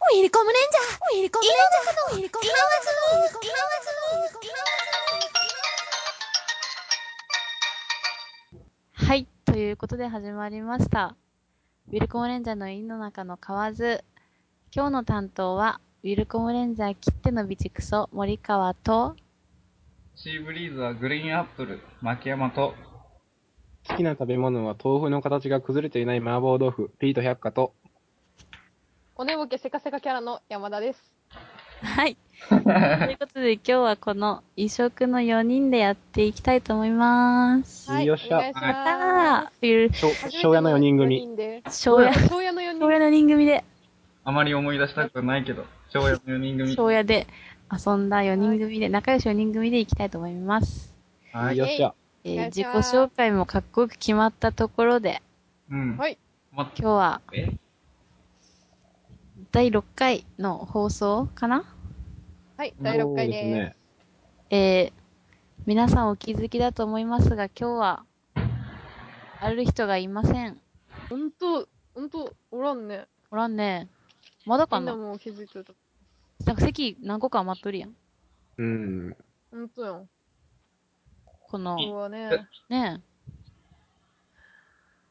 コムレンジャーウィリコムレンジャーウィリコムレンジャーはい、ということで始まりました。ウィルコムレンジャーの井の中の蛙。今日の担当は、ウィルコムレンジャー切っての備蓄ソ、森川と、シーブリーズはグリーンアップル、牧山と、好きな食べ物は豆腐の形が崩れていない麻婆豆腐、ピート百科と、骨ボケセカセカキャラの山田です。 はい。ということで今日はこの異色の4人でやっていきたいと思います。はい、よっしゃお願いしまさあ、ウィル、しょす。初めて庄屋の4人組。四で。昭夜、庄屋の4人昭夜の4人組で、あまり思い出したくないけど、昭夜の4人組。昭夜で遊んだ4人組で、仲良し4人組でいきたいと思います。はい。よっしゃ。えおー願い自し己ます紹介もかっこよく決まったところで、うん。はい待って。今日はえ第6回の放送かなはい、第6回です。えー、皆さんお気づきだと思いますが、今日は、ある人がいません。ほんと、ほんと、おらんね。ほらね、まだみかんななもう気づいてた。なんか席何個か余っとるやん。うん。ほんとやん。この、今日はね。ね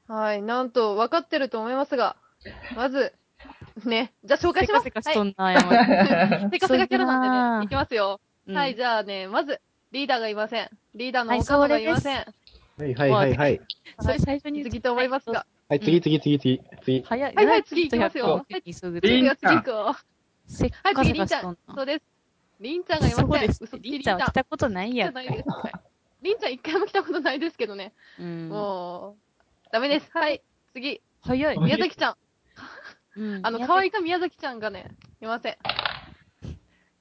はい、なんと、分かってると思いますが、まず、ね、じゃあ紹介します。せかせかはしとい、んな、やばいセカセカキャラなんでしとんなね、ーいきますよ。うんはい、じゃあね、まず、リーダーがいません。リーダーはのい岡野がいません。はいはいはいはい。それ最初に言う次と思いますが。はい、次次次次。次。早い。はいはい次行きますよ早く急ぐとはい次は次行こう。せっはい、かせ次、りかんちしゃとんん。なそう。です。りんちゃんがいまそうせん。です嘘。つりきりんんちちゃゃんん。は来たことないじやゃんないです。はいりんちゃん一回も来たことないですけどね。うん。もう、ダメです。はい、次、早い。宮崎ちゃん。うんあの、可愛いか宮崎ちゃんがね、いません。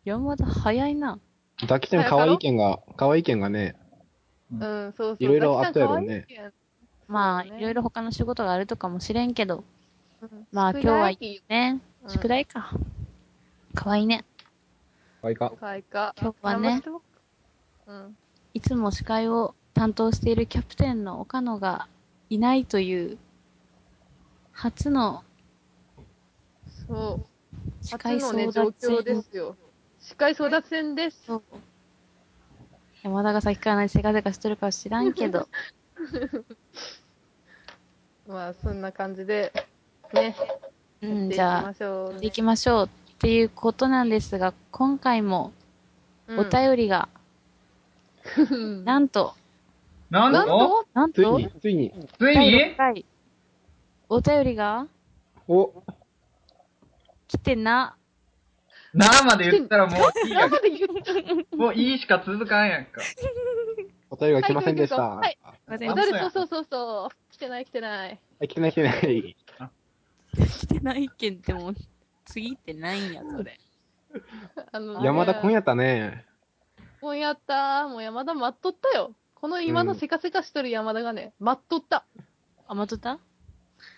山田早いな。ザキちゃん、早かかろわいい件が、かわいい件がね、うん、そうそう。いろいろあったやろねザキちゃんまあ、そうねいろいろ他の仕事があるとかもしれんけど、可愛いけん。まあ今日は日ね、宿題か。かわいいね。かわいいか。可愛いか。今日はね頑張っても。うん。いつも司会を担当しているキャプテンの岡野がいないという、初のそう。司初会のね、争状奪況で戦。すよ。司会争奪戦です。そう山田が先から何せかせかしとるかは知らんけ ど、まあ、そんな感じで、ね。うやっん、ていじきゃあま、しょやっうねていきましょうっていうことなんですが、今回もお便りが、うんなんと、なんなんととなんついと、に、ついに。つい第に6回、お便りがお、来てな、 ?7 まで言ったらもう いいや生で言っちゃう。もういいしか続かんやんか。お便りが来ませんでした。ははい来あ誰そうそうそうそう。来てない来てない。 い、来てない来てない。てないけんでも、次ってないんや、それ。あのね山田、今夜やったね。今夜やったー。もう山田待っとったよ。この今のせかせかしとる山田がね、待っとった。あ、まとった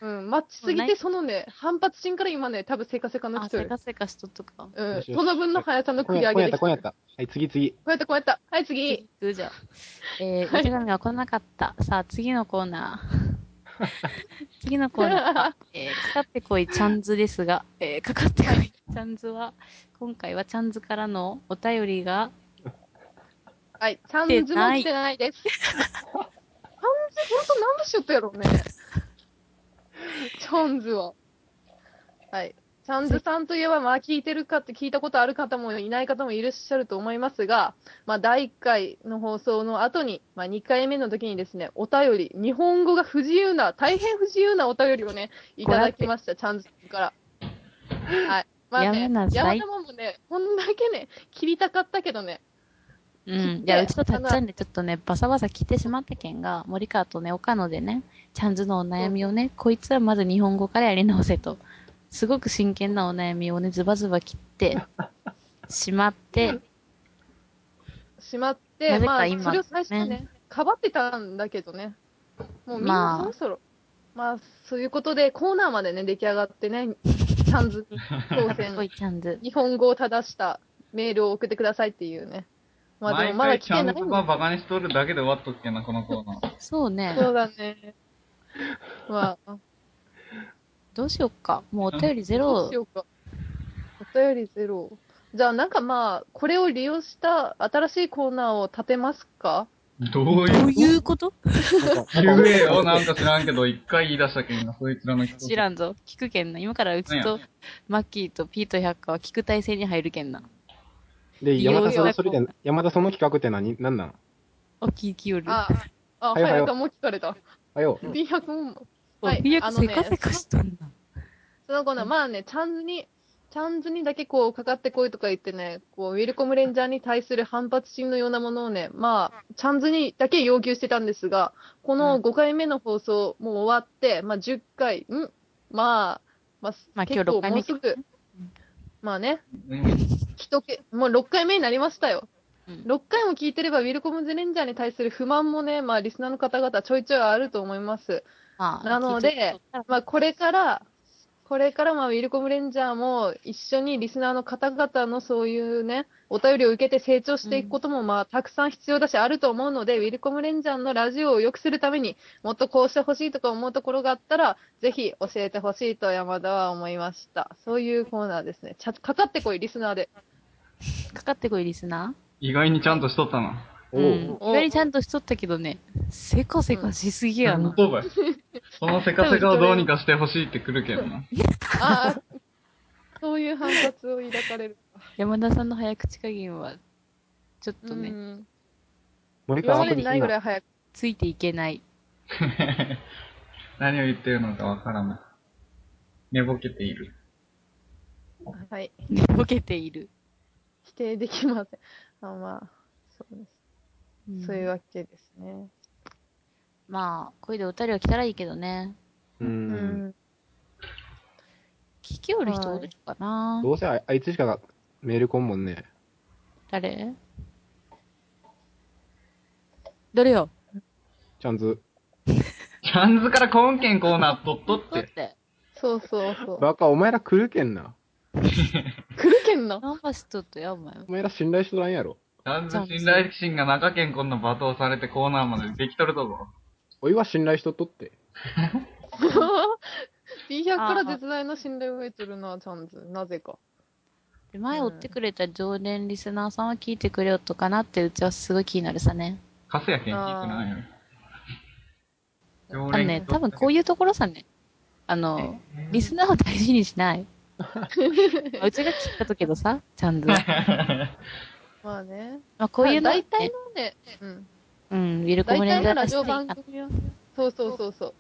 うん、待ちすぎもうなて、そのね、反発心から今ね、多分せかせかのあ、来とせるか。せかしとっとくか。うよん、しよしその分の速さの今繰り夜上今夜やっげでた、きた。こ今夜やった。はい、うや次次。った、こうやった。はい、次。行くじゃん。えー、お手紙が来なかった。さあ、次のコーナー。 次のコー ナー。えー、かかってこい、チャンズですが、えー、かかってこい、チャンズは、今回はチャンズからのお便りが、はい、チャンズも来てないです。チャンズ、ほんと何もしよったやろうね。チャンズは。はい。チャンズさんといえば、まあ聞いてるかって聞いたことある方もいない方もいらっしゃると思いますが、まあ第1回の放送の後に、まあ2回目の時にですね、お便り、日本語が不自由な、大変不自由なお便りをね、いただきました、チャンズさんから。はい。まあやめね、なさ山い田もね、こんだけね、切りたかったけどね、うん。切っていや、うちとたっちゃんでちょっとね、バサバサ切ってしまったけんが、森川とね、岡野でね、チャンズのお悩みをね、こいつはまず日本語からやり直せと。すごく真剣なお悩みをね、ズバズバ切 って、しまって、しまっなて、ぜまかあ、今それを最初にね、かばってたんだけどね。もうみんまあなそろそろ。まあ、そういうことで、コーナーまでね、出来上がってね、ちゃんずに当か かってこ選、い、チャンズ。日本語を正したメールを送ってくださいっていうね。まあで毎もまだ回来ちてなゃいんんだとばバカにしとるだけで終わっとっけな、このコーナー。 そうね。そうだね。まあ、 どうしよっか。もうお便りゼどうロしようか。便りゼロ。じゃあなんかまあ、これを利用した新しいコーナーを立てますかどうどいうういうことなんか言えよ、なんか知らんけど、一回言い出したけんな、そいつらの人。知らんぞ。聞くけんな。今からうちとマッキーとピート百科は聞く体制に入るけんな。で、いよいよ山田さん、それで、山田その企画って何何なんお聞きよる。あ、あ、ははいいはいはい、もう聞かれた。はよ。 B100 も。おはいピーあトのせねかせかしとんな。その子の、まあね、チャンズに、チャンズにだけこう、かかってこいとか言ってね、こう、ウィルコムレンジャーに対する反発心のようなものをね、まあ、チャンズにだけ要求してたんですが、こうのん5回目の放送、もう終わって、まあ10回、んまあ、まあ、まあ結構今日6回目もうすぐ、まあね、うん一け、もう6回目になりましたよ。うん6回も聞いてれば、ウィルコムゼレンジャーに対する不満もね、まあ、リスナーの方々ちょいちょいあると思います。まあなので、まあ、これから、これから、まあ、ウィルコムレンジャーも一緒にリスナーの方々のそういうね、お便りを受けて成長していくことも、まあ、たくさん必要だし、あると思うので、ウィルコムレンジャーのラジオを良くするために、もっとこうしてほしいとか思うところがあったら、ぜひ教えてほしいと山田は思いました。そういうコーナーですね。ちゃかかってこい、リスナーで。かかってこいリスナ意外にちゃんとしとったな。ー。おう。うん意外にちゃんとしとったけどね、せかせかしすぎやな。本当だよ。そのせかせかをどうにかしてほしいってくるけどな。あ あ、そういう反発を抱かれる。山田さんの早口加減は、ちょっとね、ん。もう一回今まアでプにリないぐら今、い早く。ついていけない。 何を言ってるのかわからない。寝ぼけている。はい。寝ぼけている。否定できません。あまあ、そうです。そういううんわけですね。まあ、声でお便りが来たらいいけどね。う。。うん聞きおる人おるかなどうせああいつしかメール来んもんね。誰誰よちゃんず。ちゃんずからコンケンコーナーとっとだっ。ってて、そうそうそう。バカ、お前ら来るけんな。来るけんな。ナンバしとっとや、お前。お前ら信頼しとらんやろ。ちゃんず信頼心が中健こんな罵倒されてコーナーまでできとるとぞ。おいは信頼しとっとって。 B100 から絶大な信頼を得てるな、チャンズ。なぜか。で前追ってくれた常連リスナーさんは聞いてくれよっとかなって、うちはすごい気になるさね。カスやけん聞いてないよ。常あの連ねに、と多って分こういうところさね。あの、リスナーを大事にしない。うちが聞いたとけどさ、ちゃんと。ままあね。あこういうの、まあね大、体のね、うん。うん、ウィルコ大ムレ体ンジャーのラらジしオいな番組は、そうそうそうそう。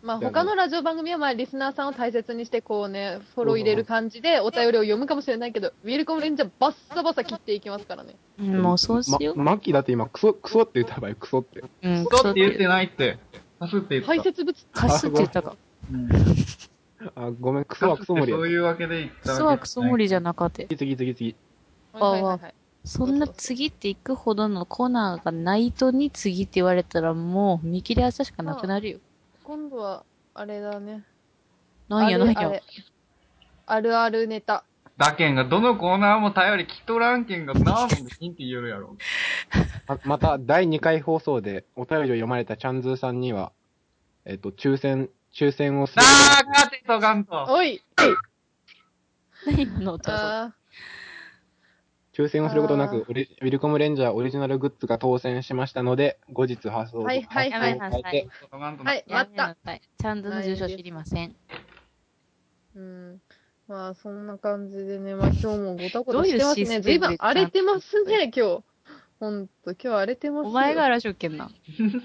まあ他のラジオ番組はまあリスナーさんを大切にしてこうね、フォロー入れる感じでお便りを読むかもしれないけど、ウィルコムレンジャーバッサバサ切っていきますからね。うん、もうそうしよう。まマッキーだって今、クソ、クソって言った場合、クソって。うん、クソって言っうて。ないって。カスって言った。排泄物、カスって言ったか。うんあ、ごめん、クソカはスクってソ無理 やそう。いうわけで言ったクソはわけクじソゃない盛りじゃなかって。次、次、次、次。あはいはいはい。そんな次って行くほどのコーナーがないとに次って言われたらもう見切り発車しかなくなるよ。今度は、あれだね。なんやあなんれあやれ。あるあるネタ。だけんが、どのコーナーも頼りきとらんけんが、なーもんで金って言えるやろ。ままた、第2回放送でお便りを読まれたチャンズーさんには、えっと、抽選、抽選をすなるあ、こ勝てとかんと。おい何今の音はあと、抽選をすることなあーく、オリウィルコムレンジャーオリジナルグッズが当選しましたので、後日発送。はいはい発送をはい変えてとかんとーなはい、そう待っやめなた。さいちゃんとの住所知りません。うん。まあ、そんな感じでね、まあ今日もごたごどたういしうてますシステムね。でずいぶん荒れてますね、今日。ほんと、今日荒れてますよお前が。荒らしょっけんな。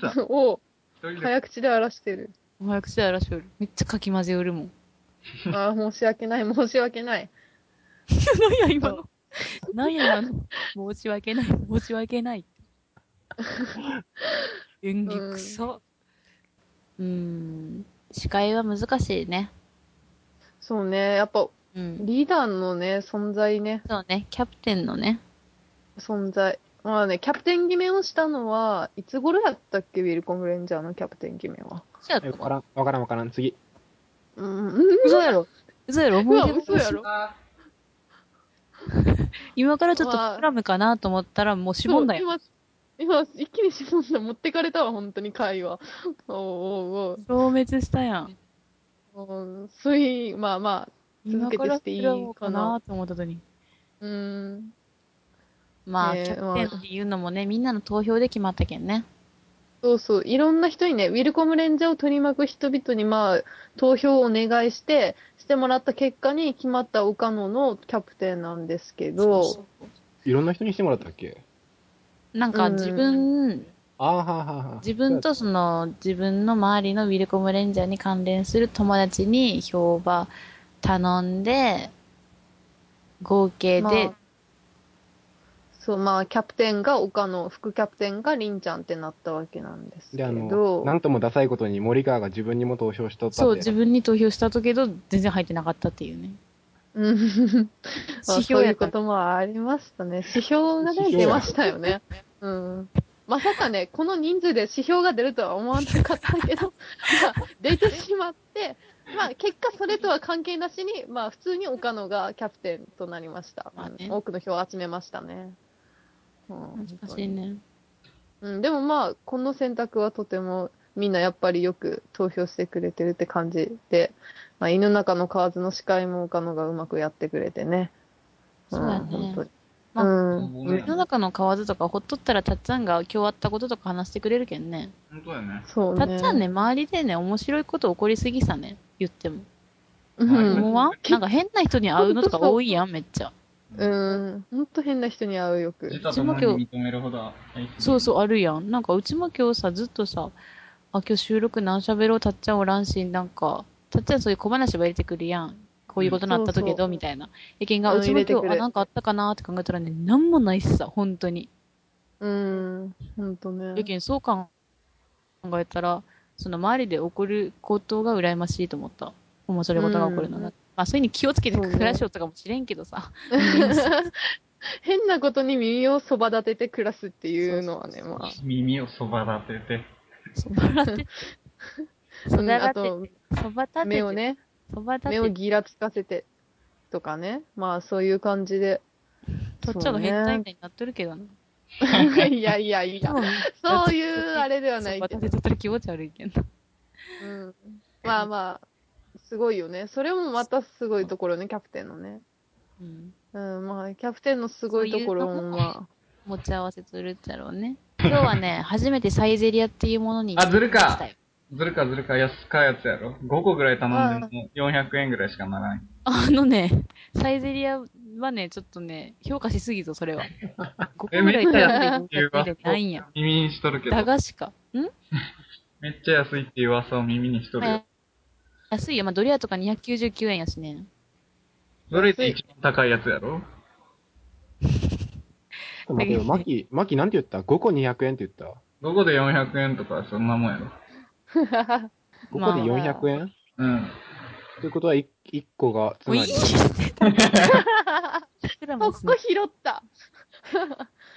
さ、おう一人で早口で荒らしてる。お前口で荒らしょる。めっちゃかき混ぜよるもん。ああ、申し訳ない、申し訳ない。何や今の。何や今の。申し訳ない。申し訳ない。演技くそ。うーん。司会は難しいね。そうね、やっぱ、うん。リーダーのね、存在ね、そうね。キャプテンのね。存在。まあね、キャプテン決めをしたのは、いつ頃やったっけ、ウィルコムレンジャーのキャプテン決めは。そうえやったわかからん、わからん、わからん。次。うん、うん、嘘やろ。嘘やろ。う思いわ、出の嘘やろ。あ今からちょっと膨らむかなと思ったら、もうしぼんだよ。そう今、今、一気にしぼんだ。持ってかれたわ、本当に、会話。 おうおう消滅したやん。おう。うん、そういう、まあまあ、続けてしていいかな今ら作ろうかなと思った時に。うーん。まあ、えーキャプテンまあっていうのもね、みんなの投票で決まったけんね。そうそう。いろんな人にね、ウィルコムレンジャーを取り巻く人々に、まあ、投票をお願いして、してもらった結果に決まった岡野のキャプテンなんですけど、いろんな人にしてもらったっけなんかうん自分、ああはーはーはー自分とその自分の周りのウィルコムレンジャーに関連する友達に評判頼んで、合計まであ、そう、まあ、キャプテンが岡野、副キャプテンがりんちゃんってなったわけなんですけで、あどの、、なんともダサいことに森川が自分にも投票しとったそう、で自分に投票したとけど、全然入ってなかったっていうね。うんまあ、指そ標ういやうったこともありましたね。指標がね、指標出やましたよね。うん。まさかね、この人数で指標が出るとは思わなかったけど、 まあ、出てしまって、まあ、結果それとは関係なしに、まあ、普通に岡野がキャプテンとなりました。まあねうん多くの票を集めましたね。うん難しいね。うん、でもまあ、この選択はとても、みんなやっぱりよく投票してくれてるって感じで、まあ、犬の中の蛙の司会も岡野がうまくやってくれてね。そうやねん本当にまあうん。うん世の中の蛙とかほっとったらたっちゃんが今日あったこととか話してくれるけんね。本当だよね。そうたね。っちゃんね、。周りでね、面白いこと起こりすぎさね、言っても。ううんん。思わんなんか変な人に会うのとか多いやん、めっちゃ。うん。ほんと変な人に会うよく。自他ともに認めるほど。そうう。そう、あるやん。なんかうちも今日さ、ずっとさ、あ、今日収録何喋ろう、たっちゃんおらんし、なんか、たっちゃんそういう小話ば入れてくるやん。こういうことなったとけうんそうど、そうみたいな。意見が、うんうちも入れて今く日、るあ、なんかあったかなって考えたらね、なんもないしさ、本当に。うん。ほんとやね。けん、そう考えたら、その周りで起こることが羨ましいと思った。面白いことが起こるのが。うんまあ、そういうに気をつけてそうね暮らしよったかもしれんけどさ。 変なことに耳をそば立てて暮らすっていうのはそね、うそうそうまあ。耳をそば立てて。そば立て、そうんばあ立て、と、そば立て、目を、ね、そば立目をて、ギラつかせてとかね。まあ、そういう感じで。とっちゃんがそうね変態みたいになっとるけどな。いやいやいや。そういうあれではないそばけ立どて。とったら気持ち悪いけんな。うん、まあまあ、すごいよね。それもまたすごいところね、キャプテンのね。うん。うん、まあ、キャプテンのすごいところもま持ち合わせするんだろうね。今日はね、初めてサイゼリアっていうものにあずるか行ってきたよ。ずるかずるか安かやつやろ。5個ぐらい頼んでも400円ぐらいしかならない。あのね、サイゼリアはね、ちょっとね、評価しすぎぞ、それは。5個ぐらい食べてるだけでないんや。耳にしとるけど駄。菓子か。んめっちゃ安いっていう噂を耳にしとるよ。安いよ。まあ、ドリアとか299円やしね。どれって一番高いやつやろちょっと待てよ、マキ、マキなんて言った ?5 個200円って言ったどこで400円とかそんなもんやろ。あ。 ?5 個まあで400円、うん。ということは 1, 個が、つもうまいいり、そらもそうこ拾った。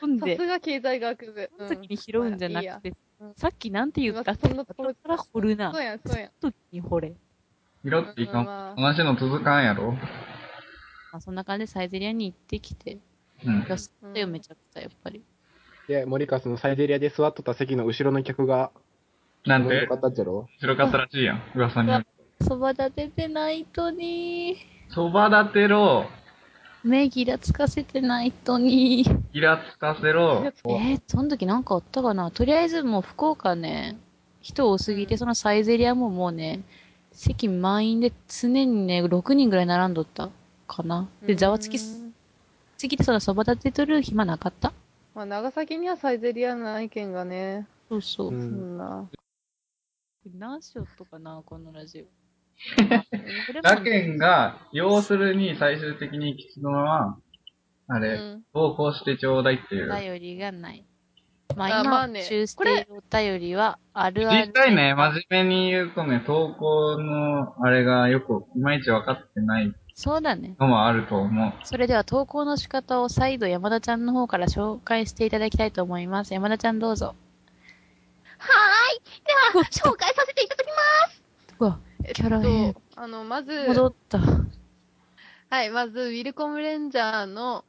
飲んさで、すが経済学部。そうんの時に拾うんじゃなくてうん、さっきなんて言った今そんなところ後から掘るな。そうやん、そうやん。時に掘れ。拾っていかん。まあ話の続かんやろ。まあ、そんな感じでサイゼリアに行ってきて、うん。安かったよ、うんめちゃくちゃ、やっぱり。で、森川そのサイゼリアで座っとった席の後ろの客が、なん面て白かったっちゃろ白かったらしいやん。噂による。そば立ててないとにそば立てろ、目ギラつかせてないとにイラつかせろ。えー、その時なんかあったかなとりあえずもう福岡ね、人多すぎて、そのサイゼリアももうね、席満員で常にね、6人ぐらい並んどったかな。で、ざわつきすうんぎて、そのそば立てとる暇なかった。まあ、長崎にはサイゼリアの意見がね、そうそうう。そん。んな。何しよっとかな、このラ ジオ。これもだけんが、要するに最終的に吉野は、あうれ、ん。どうこうしてちょうだいっていうお。便りがない。まああ今、まあね中してこれいるお便りは、あるある。実際ね、真面目に言うとね、投稿のあれがよく、いまいち分かってないそうだね。のもあると思う。それでは投稿の仕方を再度山田ちゃんの方から紹介していただきたいと思います。山田ちゃんどうぞ。はーい。では、紹介させていただきまうわ、キャラそ変う。あの、まず、戻った。はい、まず、ウィルコムレンジャーの、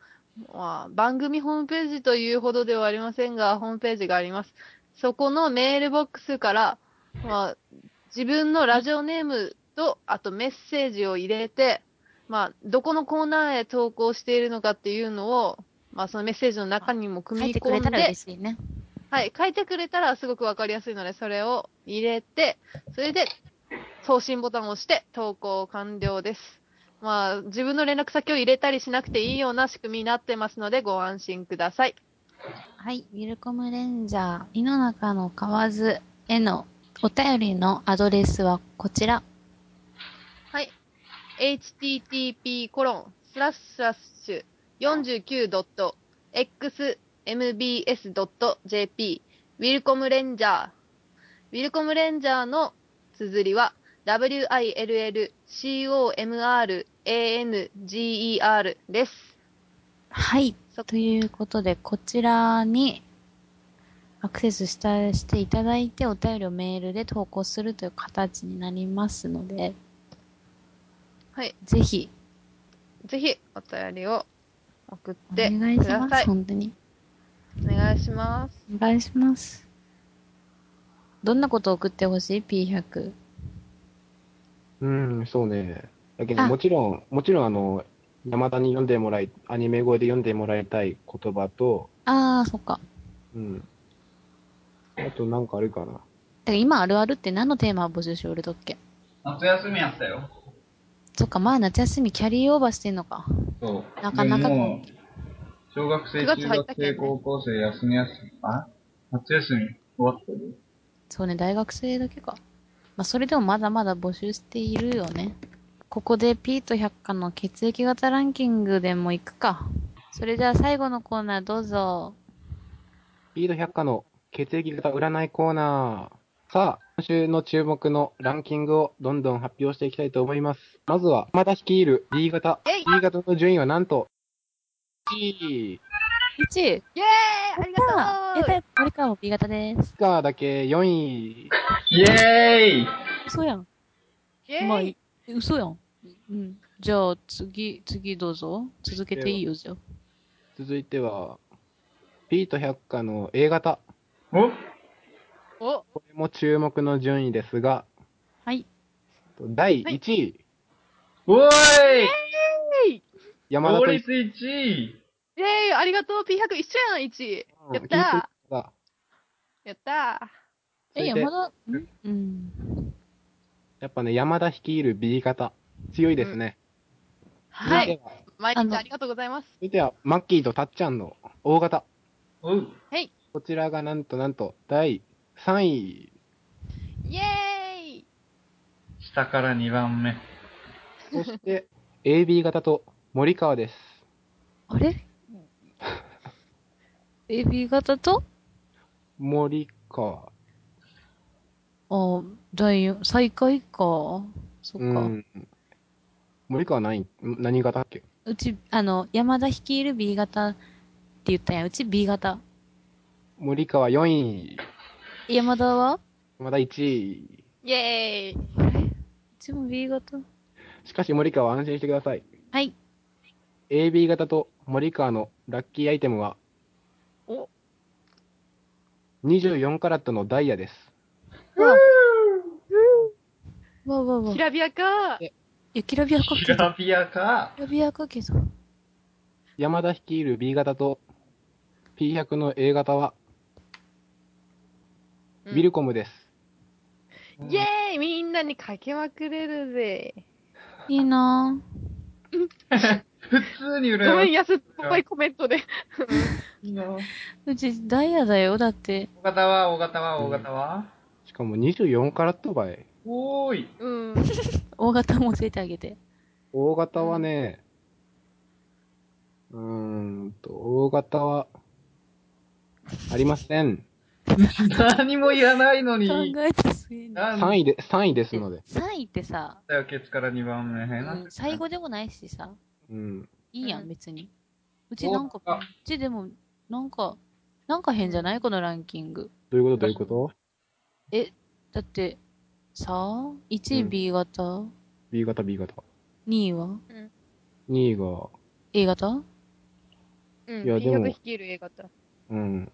まあ、番組ホームページというほどではありませんが、ホームページがあります。そこのメールボックスから、まあ、自分のラジオネームと、あとメッセージを入れて、まあ、どこのコーナーへ投稿しているのかっていうのを、まあ、そのメッセージの中にも組書いみてくれ込んたらで、嬉しいね。はい、書いてくれたらすごくわかりやすいので、それを入れて、それで送信ボタンを押して投稿完了です。まあ、自分の連絡先を入れたりしなくていいような仕組みになってますので、ご安心ください。はい、ウィルコムレンジャー、井の中の蛙へのお便りのアドレスはこちら。はい。http コロンスラッシュスラッシュ 49.xmbs.jp ウィルコムレンジャー。ウィルコムレンジャーの綴りは willcomranger です。はいそ。ということで、こちらにアクセスしたしていただいて、お便りをメールで投稿するという形になりますので、はい。ぜひ、ぜひお便りを送っおて願いくしだまさす。い。本当に。お願いします。お願いします。どんなことを送ってほしい ?P100。うん、そうね。だけど、あもちろん、もちろん、あの、山田に読んでもらい、アニメ声で読んでもらいたい言葉と、あー、そっか。うん。あと、なんかあるかな。だから今あるあるって何のテーマを募集しおるとっけ夏休みやったよ。そっか、まあ夏休みキャリーオーバーしてんのか。そう。なかなかでももう小学生、 9月中入っ学たけどね生、高校生、休み休み。あ夏休み終わってるそうね、大学生だけか。まあそれでもまだまだ募集しているよね。ここでピート100科の血液型ランキングでも行くか。それじゃあ最後のコーナーどうぞ。リード百科の血液型占いコーナー。さあ、今週の注目のランキングをどんどん発表していきたいと思います。まずは、また率いる B 型。えい B 型の順位はなんと、1位。 1位イェーイありがあとうえ、これか、B 型です。スカーだけ4位。イエーイ嘘やん。イェーイまあ、い嘘やん。うん。じゃあ次、次どうぞ。続けていいよ、じゃあ。続いては、ピート百科の A 型。おおこれも注目の順位ですが、はい。第1位、おーい山田同と率1位イェーイありがとう !P100 一緒やん、1位やったーが、やったー続え、いて山田、んうん。やっぱね、山田率いる B 型、強いですね。は続いい。ては、毎あの日ありがとうございます。続いてはマッキーとたっちゃんの O 型。おうこちらがなんとなんと、第3位。イェーイ下から2番目。そして、AB 型と森川です。あれ ?AB 型と森川。あ、第四最下位か。そっか。ううん。森川何位、何型だっけち、あの、山田率いる B 型って言ったやん。うち B 型。森川4位。山田はまだ1位。イェーイうちも B 型。しかし森川は安心してください。はい。 AB 型と森川のラッキーアイテムは、お24カラットのダイヤです。わわわ。きいらびやかや、きらびやかけキど。ラピアか。きらびやかけど。山田率いる B 型と P100 の A 型は、ウうんィルコムです。イェーイみんなにかけまくれるぜ。いいな普通にご羨まめしん、い。安っぽいコメントで。ぁ。うちダイヤだよ。だって、大型は、大型は、大型は、しかも24カラットバイ。おーい。うん。大型も教えてあげて。大型はね、うーんと、大型は、ありません。何も言わないのに考。えた末に。なんだ3位で、3位ですので。 3位ってさ、よ、ケツから2番目。変なうん最後でもないしさ。うん。いいや、うんん別に。うちなんか、おあうちでも、なんか、なんか変じゃないこのランキング。どういうことどういうことえ、だって、さあ、1位うん B 型、 ?B 型、B 型。 2位は2位が、 ?A 型うん。いやでも P100 率いる A 型。うん。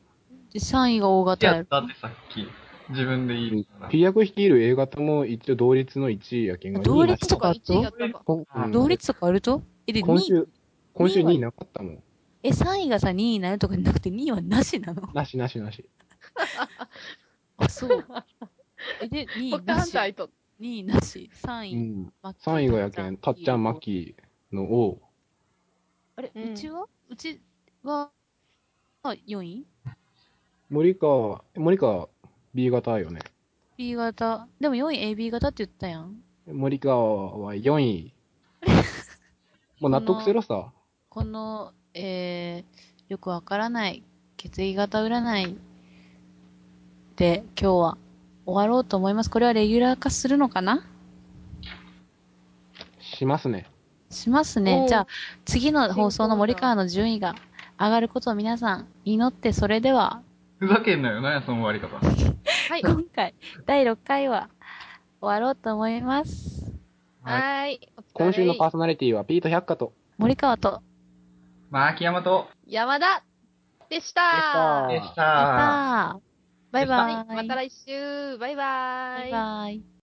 で、3位が O い型ややっろたってさっき。自分でいいから。ピアゴ率いる A 型も一応同率の1位やけんが同率1とかあ1と位やったか。こんうん同率とかあるとえ、で、今2位、週、今週2位なかったもん。え、3位がさ、2位になるとかじゃなくて、2位はなしなのなしなしなし。あ、そう。 え、で、2ポ位カなーンしと。開いとっ2位なし。3う位、ん。マッキー3位がやけん、たっちゃん、マ。キーの王。あれ、うんうちはうちは、あ、4位森川、森川 B 型よね。 ?B 型。でも4位 AB 型って言ったやん。森川は4位。もう納得せろさ。この、えー、よくわからない血液型占いで今日は終わろうと思います。これはレギュラー化するのかなしますね。しますおね。ーじゃあ次の放送の森川の順位が上がることを皆さん祈ってそれではふざけんなよ、なやその終わり方。はい。は今回第6回は終わろうと思います。ーい。お疲れ今週のパーソナリティはピート百科と。森川とまあ、秋山と、山田でしたたでしまた。たバイバイ。はいまた来週。バイバイ。バイバイ。